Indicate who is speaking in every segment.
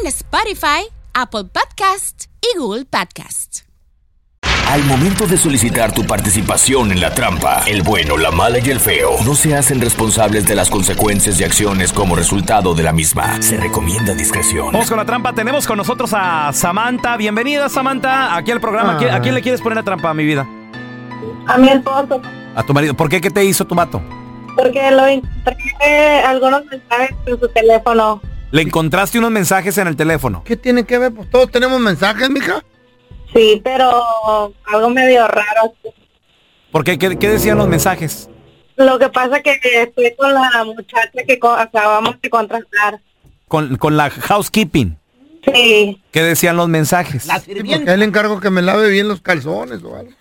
Speaker 1: en Spotify, Apple Podcast y Google Podcast.
Speaker 2: Al momento de solicitar tu participación en la trampa, el bueno, la mala y el feo no se hacen responsables de las consecuencias y acciones como resultado de la misma. Se recomienda discreción.
Speaker 3: Vamos con la trampa. Tenemos con nosotros a Samantha. Bienvenida, Samantha, aquí al programa. ¿A quién, a quién le quieres poner la trampa, mi vida?
Speaker 4: A mi esposo,
Speaker 3: A tu marido. ¿Por qué? ¿Qué te hizo tu mato?
Speaker 4: porque lo encontré algunos mensajes en su teléfono.
Speaker 3: Le encontraste unos mensajes en el teléfono.
Speaker 5: ¿Qué tiene que ver? Pues todos tenemos mensajes, mija.
Speaker 4: Sí, pero algo medio raro.
Speaker 3: ¿Por qué? ¿Qué, qué decían los mensajes?
Speaker 4: Lo que pasa que estoy con la muchacha que co- acabamos de contratar.
Speaker 3: Con, con la housekeeping.
Speaker 4: Sí,
Speaker 3: ¿Qué decían los mensajes?
Speaker 5: Sí, porque a él le encargo que me lave bien los calzones o algo.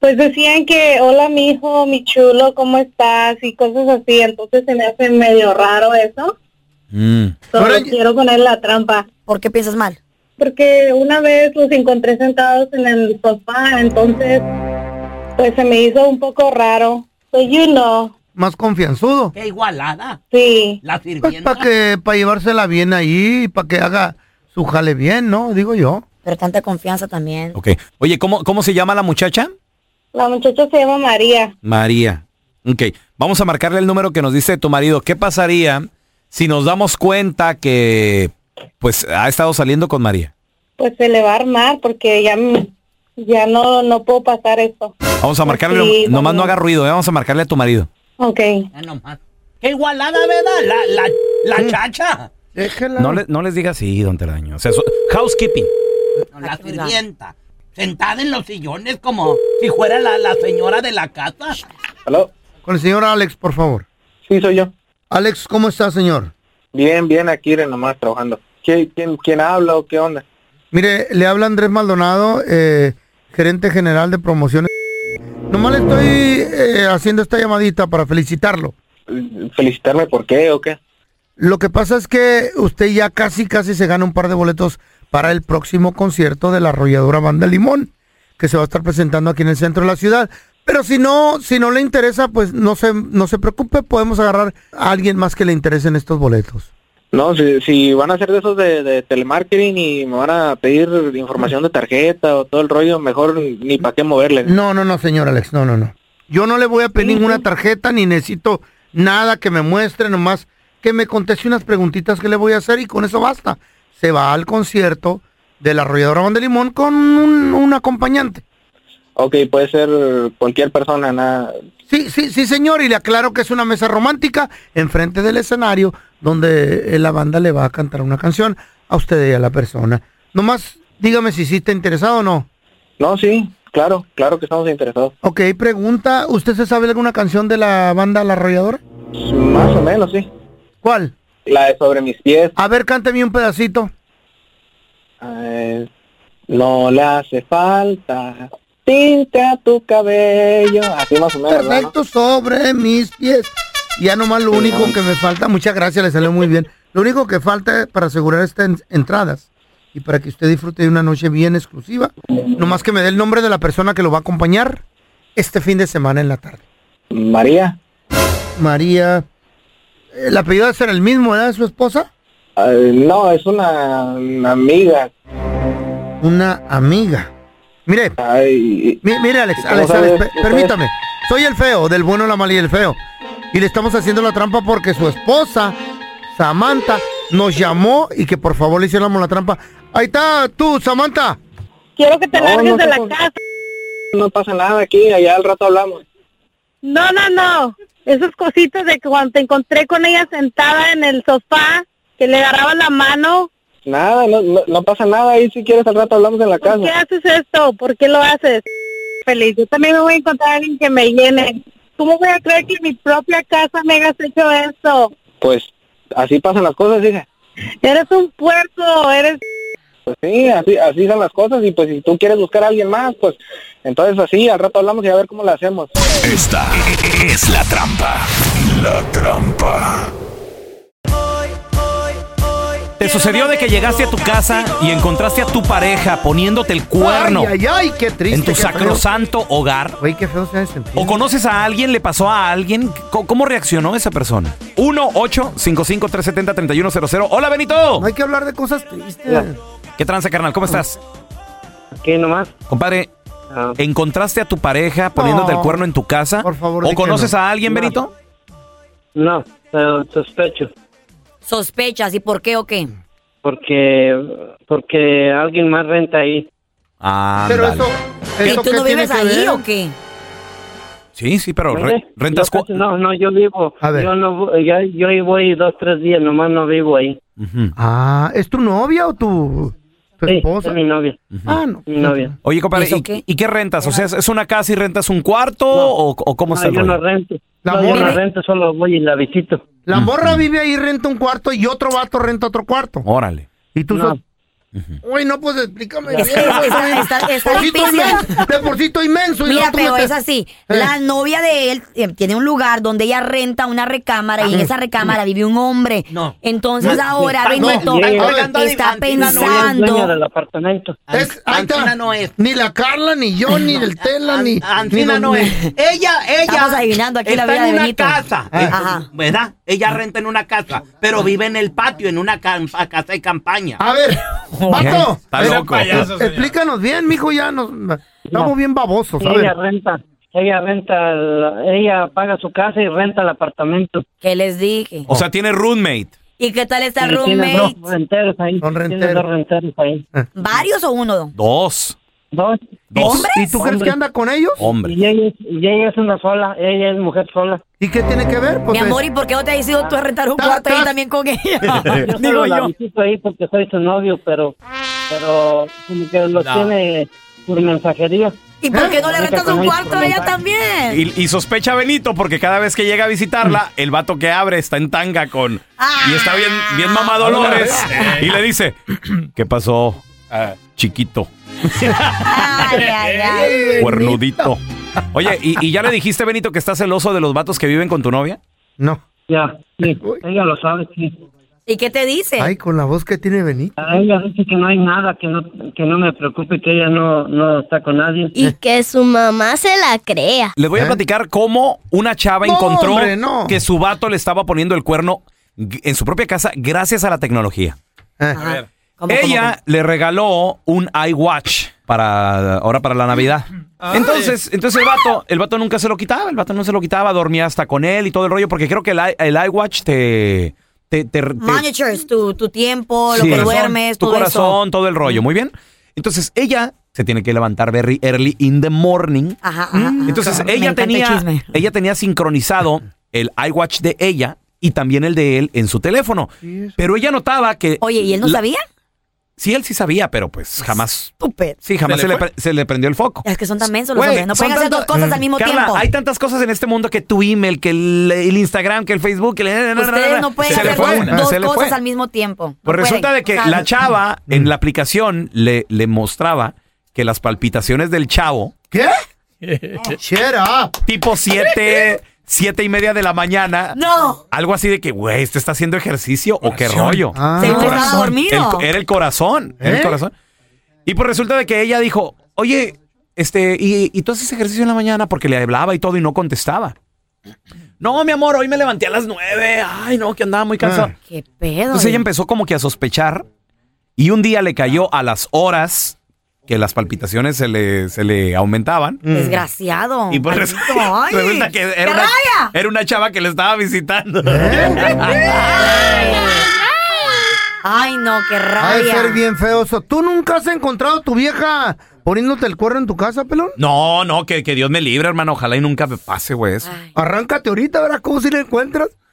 Speaker 4: pues decían que, hola mi hijo, mi chulo, ¿cómo estás? Y cosas así, entonces se me hace medio raro eso.
Speaker 3: Mm.
Speaker 4: Solo
Speaker 5: Ahora-
Speaker 4: quiero poner la trampa.
Speaker 6: ¿Por qué piensas mal?
Speaker 4: Porque una vez los encontré sentados en el sofá, entonces pues se me hizo un poco raro. Soy you know,
Speaker 5: Más confianzudo.
Speaker 7: ¡Qué igualada!
Speaker 4: sí.
Speaker 7: La
Speaker 5: Pues
Speaker 7: sirvienta.
Speaker 5: para que, para llevársela bien ahí, para que haga su jale bien, ¿no? Digo yo.
Speaker 6: Pero tanta confianza también.
Speaker 3: Ok. Oye, ¿cómo, ¿cómo se llama la muchacha?
Speaker 4: La muchacha se llama María.
Speaker 3: María. Ok, vamos a marcarle el número que nos dice tu marido. ¿Qué pasaría si nos damos cuenta que pues ha estado saliendo con María?
Speaker 4: Pues se le va a armar porque ya, m- ya no, no puedo pasar eso.
Speaker 3: Vamos a marcarle,
Speaker 4: Sí,
Speaker 3: nom- nomás
Speaker 4: vamos.
Speaker 3: no haga ruido, ¿eh? vamos a marcarle a tu marido.
Speaker 4: Ok.
Speaker 7: Ya nomás. ¡Qué igualada, verdad! La, la, la chacha.
Speaker 5: Déjela.
Speaker 3: Mm. No, le- no les diga así, don Terdaño. O sea, so- housekeeping.
Speaker 7: No, la sirvienta. Sentada en los sillones como si fuera la, la señora de la casa.
Speaker 8: ¿Aló?
Speaker 5: Con el señor Alex, por favor.
Speaker 8: Sí, soy yo.
Speaker 5: Alex, ¿cómo está, señor?
Speaker 8: Bien, bien, aquí de nomás trabajando. ¿Qui- ¿Quién, quién habla o qué onda?
Speaker 5: Mire, le habla Andrés Maldonado, eh, gerente general de promociones. Nomás le estoy eh, haciendo esta llamadita para felicitarlo.
Speaker 8: ¿Felicitarme por qué o qué?
Speaker 5: Lo que pasa es que usted ya casi, casi se gana un par de boletos para el próximo concierto de la arrolladora Banda Limón, que se va a estar presentando aquí en el centro de la ciudad. Pero si no, si no le interesa, pues no se, no se preocupe, podemos agarrar a alguien más que le interesen estos boletos.
Speaker 8: No, si, si van a hacer de esos de, de telemarketing y me van a pedir información de tarjeta o todo el rollo, mejor ni para qué moverle.
Speaker 5: No, no, no, señor Alex, no, no, no. Yo no le voy a pedir ninguna tarjeta ni necesito nada que me muestre, nomás que me conteste unas preguntitas que le voy a hacer y con eso basta. Se va al concierto de la arrolladora Banda Limón con un- un acompañante.
Speaker 8: Ok, puede ser cualquier persona, nada.
Speaker 5: Sí, sí, sí, señor, y le aclaro que es una mesa romántica enfrente del escenario donde eh, la banda le va a cantar una canción a usted y a la persona. Nomás dígame si sí está interesado o no.
Speaker 8: No, sí, claro, claro que estamos interesados.
Speaker 5: Ok, pregunta, ¿usted se sabe alguna canción de la banda La Arrolladora?
Speaker 8: Más o menos, sí.
Speaker 5: ¿Cuál?
Speaker 8: La de sobre mis pies.
Speaker 5: A ver, cánteme un pedacito.
Speaker 8: eh, no le hace falta. Tinta tu cabello. Así más o menos. ¿verdad, no?
Speaker 5: Perfecto, sobre mis pies. Ya nomás lo único que me falta, muchas gracias, le salió muy bien. Lo único que falta para asegurar estas en- entradas y para que usted disfrute de una noche bien exclusiva, nomás que me dé el nombre de la persona que lo va a acompañar este fin de semana en la tarde.
Speaker 8: María.
Speaker 5: María, el apellido debe ser el mismo, ¿verdad? ¿Su esposa?
Speaker 8: Ah, no, es una, una amiga.
Speaker 5: Una amiga. Mire,
Speaker 8: Ay,
Speaker 5: Mi- mire, Alex,
Speaker 8: ¿Cómo
Speaker 5: Alex,
Speaker 8: sabes?
Speaker 5: Alex, pe-
Speaker 8: ¿Cómo
Speaker 5: permítame. Soy el feo, del bueno, la mala y el feo. Y le estamos haciendo la trampa porque su esposa, Samantha, nos llamó y que por favor le hiciéramos la trampa. Ahí está tú, Samantha.
Speaker 4: Quiero que te
Speaker 8: No,
Speaker 4: largues
Speaker 8: no
Speaker 4: de
Speaker 8: te
Speaker 4: la
Speaker 8: pongas-
Speaker 4: casa.
Speaker 8: No pasa nada aquí, allá al rato hablamos.
Speaker 4: No, no, no. Esas cositas de que cuando te encontré con ella sentada en el sofá, que le agarraba la mano.
Speaker 8: Nada, no, no, no pasa nada. Ahí si quieres al rato hablamos en la
Speaker 4: ¿Por qué
Speaker 8: casa.
Speaker 4: haces esto? ¿Por qué lo haces? Feliz, yo también me voy a encontrar a alguien que me llene. ¿Cómo voy a creer que en mi propia casa me hayas hecho esto?
Speaker 8: Pues así pasan las cosas, hija.
Speaker 4: Eres un puerco, eres...
Speaker 8: Pues sí, así, así son las cosas. Y pues si tú quieres buscar a alguien más, pues entonces así, al rato hablamos y a ver cómo la hacemos.
Speaker 2: Esta es la trampa. La trampa.
Speaker 3: ¿Te sucedió de que llegaste a tu casa y encontraste a tu pareja poniéndote el cuerno
Speaker 5: Ay, ay, ay, qué triste.
Speaker 3: en tu
Speaker 5: qué feo.
Speaker 3: sacrosanto hogar?
Speaker 5: Güey, qué feo se ha de sentir.
Speaker 3: ¿O conoces a alguien? ¿Le pasó a alguien? ¿Cómo, cómo reaccionó esa persona? 1-855-370-3100. Hola, Benito.
Speaker 5: No hay que hablar de cosas tristes.
Speaker 3: ¿Qué tranza, carnal? ¿Cómo estás?
Speaker 8: ¿Qué nomás?
Speaker 3: Compadre,
Speaker 8: Ah.
Speaker 3: ¿encontraste a tu pareja poniéndote
Speaker 5: No.
Speaker 3: el cuerno en tu casa?
Speaker 5: Por favor, di
Speaker 3: ¿O
Speaker 5: que
Speaker 3: conoces
Speaker 5: no.
Speaker 3: a alguien,
Speaker 8: No.
Speaker 3: Benito?
Speaker 8: No, pero sospecho.
Speaker 6: ¿Sospechas y por qué o qué?
Speaker 8: Porque, porque alguien más renta ahí.
Speaker 3: Ah,
Speaker 5: Pero eso,
Speaker 6: ¿Y
Speaker 5: eso
Speaker 6: tú
Speaker 5: qué
Speaker 6: no
Speaker 5: tiene
Speaker 6: vives
Speaker 5: que
Speaker 6: ahí
Speaker 5: ver?
Speaker 6: o qué?
Speaker 3: Sí, sí, pero re- rentas... cua-
Speaker 8: No, no, yo vivo.
Speaker 5: A ver. yo
Speaker 8: no, yo, voy dos, tres días, nomás no vivo ahí.
Speaker 3: Ujú,
Speaker 5: Ah, ¿es tu novia o tu, tu esposa?
Speaker 8: novia,
Speaker 3: ujú.
Speaker 5: Ah, no.
Speaker 3: Oye, compadre,
Speaker 6: ¿Eso
Speaker 3: ¿y,
Speaker 6: qué?
Speaker 3: y qué rentas? O sea, ¿es una casa y rentas un cuarto o, o cómo está el rollo?
Speaker 8: rento.
Speaker 5: La No, yo morra. no
Speaker 8: rento, solo voy y la visito.
Speaker 5: La morra vive ahí, renta un cuarto y otro vato renta otro cuarto.
Speaker 3: Órale.
Speaker 5: Y tú
Speaker 8: No.
Speaker 5: sos- Uy, no, pues explícame.
Speaker 6: Es que
Speaker 5: bien,
Speaker 6: está-
Speaker 5: güey.
Speaker 6: está- está
Speaker 5: Por sí estoy
Speaker 6: difícil.
Speaker 5: inmenso, de por sí estoy inmenso. y
Speaker 6: Mira,
Speaker 5: luego tú me
Speaker 6: pero
Speaker 5: te-
Speaker 6: es así.
Speaker 5: Eh.
Speaker 6: La novia de él eh, tiene un lugar donde ella renta una recámara y
Speaker 3: Ah.
Speaker 6: en esa recámara vive un hombre.
Speaker 7: No.
Speaker 6: Entonces
Speaker 7: No,
Speaker 6: ahora
Speaker 7: me están-
Speaker 6: Benito
Speaker 8: me están
Speaker 7: colgando de
Speaker 6: está
Speaker 7: Valentina, no, ella
Speaker 8: El dueño
Speaker 6: pensando.
Speaker 8: del apartamento.
Speaker 5: Es- ahí está.
Speaker 7: Antina no es.
Speaker 5: Ni la Carla, ni yo, ni el Tela, ni.
Speaker 7: Antina
Speaker 5: ni
Speaker 7: no
Speaker 5: don-
Speaker 7: es. Ella, ella.
Speaker 6: Estamos adivinando aquí la
Speaker 7: está
Speaker 6: vida
Speaker 7: en
Speaker 6: de
Speaker 7: una
Speaker 6: Benito.
Speaker 7: casa.
Speaker 5: Ah.
Speaker 7: eh,
Speaker 6: Ajá.
Speaker 7: ¿Verdad? Ella renta en una casa, pero vive en el patio, en una cam- casa de campaña.
Speaker 5: A ver, vato.
Speaker 3: Está
Speaker 5: eh,
Speaker 3: loco.
Speaker 7: payaso, señor.
Speaker 5: Explícanos bien, mijo, ya nos. Estamos bien babosos,
Speaker 8: Ella
Speaker 5: ¿sabes?
Speaker 8: renta, ella renta, el- ella paga su casa y renta el apartamento.
Speaker 6: ¿Qué les dije?
Speaker 3: O sea, tiene roommate.
Speaker 6: ¿Y qué tal está
Speaker 8: Y tiene
Speaker 6: roommate?
Speaker 8: dos renteros ahí.
Speaker 5: Son
Speaker 8: tiene
Speaker 5: renteros.
Speaker 8: dos renteros ahí.
Speaker 6: ¿Varios o uno?
Speaker 3: Dos.
Speaker 8: Dos.
Speaker 3: Dos.
Speaker 5: ¿Y tú crees que anda con ellos?
Speaker 6: Oh.
Speaker 3: Hombre.
Speaker 8: Y ella, es- y ella es una sola, ella es mujer sola.
Speaker 5: ¿Y qué tiene que ver?
Speaker 6: Mi
Speaker 5: Pues,
Speaker 6: amor, ¿y por qué no te has ido tú a rentar un
Speaker 5: Ta-
Speaker 6: cuarto ahí
Speaker 5: ta-
Speaker 6: también con ella? Digo
Speaker 8: Yo solo la
Speaker 6: yo.
Speaker 8: visito ahí porque soy su novio, pero, pero como que lo
Speaker 3: No.
Speaker 8: tiene por mensajería.
Speaker 6: ¿Y por qué no le
Speaker 8: Ahorita
Speaker 6: rentas
Speaker 8: con
Speaker 6: un
Speaker 8: él,
Speaker 6: cuarto
Speaker 8: con
Speaker 6: a ella
Speaker 8: él.
Speaker 6: también?
Speaker 3: Y, y sospecha Benito porque cada vez que llega a
Speaker 5: Mm.
Speaker 3: visitarla, el vato que abre está en tanga con... Y está bien, bien mamá
Speaker 5: Ah,
Speaker 3: Dolores. Y le dice, ¿qué pasó,
Speaker 5: Ah.
Speaker 3: chiquito,
Speaker 6: Ay, ay, ay.
Speaker 3: cuernudito? Oye, ¿y, y ya le dijiste, Benito, que estás celoso de los vatos que viven con tu novia?
Speaker 5: No.
Speaker 8: Ya, sí,
Speaker 5: Uy.
Speaker 8: ella lo sabe, sí.
Speaker 6: ¿Y qué te dice?
Speaker 5: Ay, con la voz que tiene Benito.
Speaker 8: A ella dice que no hay nada, que no, que no me preocupe, que ella no, no está con nadie.
Speaker 9: y que su mamá se la crea.
Speaker 3: Les voy a
Speaker 5: ¿Eh?
Speaker 3: platicar cómo una chava
Speaker 5: No,
Speaker 3: encontró
Speaker 5: hombre, no.
Speaker 3: que su vato le estaba poniendo el cuerno g- en su propia casa gracias a la tecnología.
Speaker 5: Eh,
Speaker 6: Ajá. ¿Cómo, cómo,
Speaker 3: Ella le regaló un iWatch para ahora para la Navidad.
Speaker 6: Ah,
Speaker 3: Ah, Entonces, entonces el vato, el vato nunca se lo quitaba, el vato no se lo quitaba, dormía hasta con él y todo el rollo, porque creo que el, i- el iWatch te, te, te- te-
Speaker 6: cómo? Monitors, tu, tu tiempo,
Speaker 3: Sí.
Speaker 6: lo que
Speaker 3: Corazón,
Speaker 6: duermes,
Speaker 3: tu
Speaker 6: todo
Speaker 3: corazón,
Speaker 6: eso.
Speaker 3: todo el rollo. Muy bien. Entonces ella se tiene que levantar very early in the morning.
Speaker 6: Ajá, ajá,
Speaker 7: Mm.
Speaker 6: ajá.
Speaker 3: Entonces
Speaker 6: ah, Me
Speaker 3: ella
Speaker 6: encanta el
Speaker 3: tenía,
Speaker 6: chisme.
Speaker 3: ella tenía sincronizado el iWatch de ella y también el de él en su teléfono. Pero ella notaba que...
Speaker 6: Oye, ¿y él no
Speaker 3: la-
Speaker 6: sabía?
Speaker 3: Sí, él sí sabía, pero pues jamás...
Speaker 6: Súper.
Speaker 3: Sí, jamás se le, pre- se le prendió el foco.
Speaker 6: Es que son tan mensos los
Speaker 3: Güey,
Speaker 6: hombres. No
Speaker 3: son Mm.
Speaker 6: pueden hacer
Speaker 3: tanto-
Speaker 6: dos cosas al mismo
Speaker 3: Carla,
Speaker 6: tiempo.
Speaker 3: hay tantas cosas en este mundo que tu email, que el, el Instagram, que el Facebook, que el...
Speaker 6: Ustedes no pueden
Speaker 3: se le
Speaker 6: hacer
Speaker 3: fue, Ah,
Speaker 6: dos, dos
Speaker 3: se le fue.
Speaker 6: cosas al mismo tiempo. No
Speaker 3: Pues resulta
Speaker 6: pueden.
Speaker 3: de que
Speaker 6: O sea,
Speaker 3: la chava en la aplicación le, le mostraba que las palpitaciones del chavo,
Speaker 5: ¿Qué? Shut up.
Speaker 3: tipo 7, 7 y media de la mañana,
Speaker 6: No.
Speaker 3: algo así de que, güey, ¿este está haciendo ejercicio o qué rollo?
Speaker 5: Ah.
Speaker 6: Según
Speaker 5: El
Speaker 6: estaba dormido.
Speaker 3: El- era el corazón, era
Speaker 5: ¿Eh?
Speaker 3: el corazón. Y pues resulta de que ella dijo, oye, este, ¿y, y tú haces ejercicio en la mañana? Porque le hablaba y todo y no contestaba. No, mi amor, hoy me levanté a las nueve. Ay, no, que andaba muy cansado.
Speaker 5: Ah.
Speaker 6: ¿Qué pedo?
Speaker 3: Entonces
Speaker 6: eh?
Speaker 3: ella empezó como que a sospechar y un día le cayó a las horas que las palpitaciones se le, se le aumentaban.
Speaker 6: Desgraciado.
Speaker 3: Mm. Y pues
Speaker 6: Maldito,
Speaker 3: resulta,
Speaker 6: ay.
Speaker 3: resulta que
Speaker 6: ¡Qué
Speaker 3: era una,
Speaker 6: raya! ¿Eh?
Speaker 3: era una chava que le estaba visitando.
Speaker 6: Ay, no, qué
Speaker 5: Ha de ser
Speaker 6: rabia.
Speaker 5: bien feo eso. ¿Tú nunca has encontrado a tu vieja poniéndote el cuerno en tu casa, pelón?
Speaker 3: No, no, que, que Dios me libre, hermano. Ojalá y nunca me pase, pues. güey. eso.
Speaker 5: Arráncate ahorita, verás cómo si la encuentras.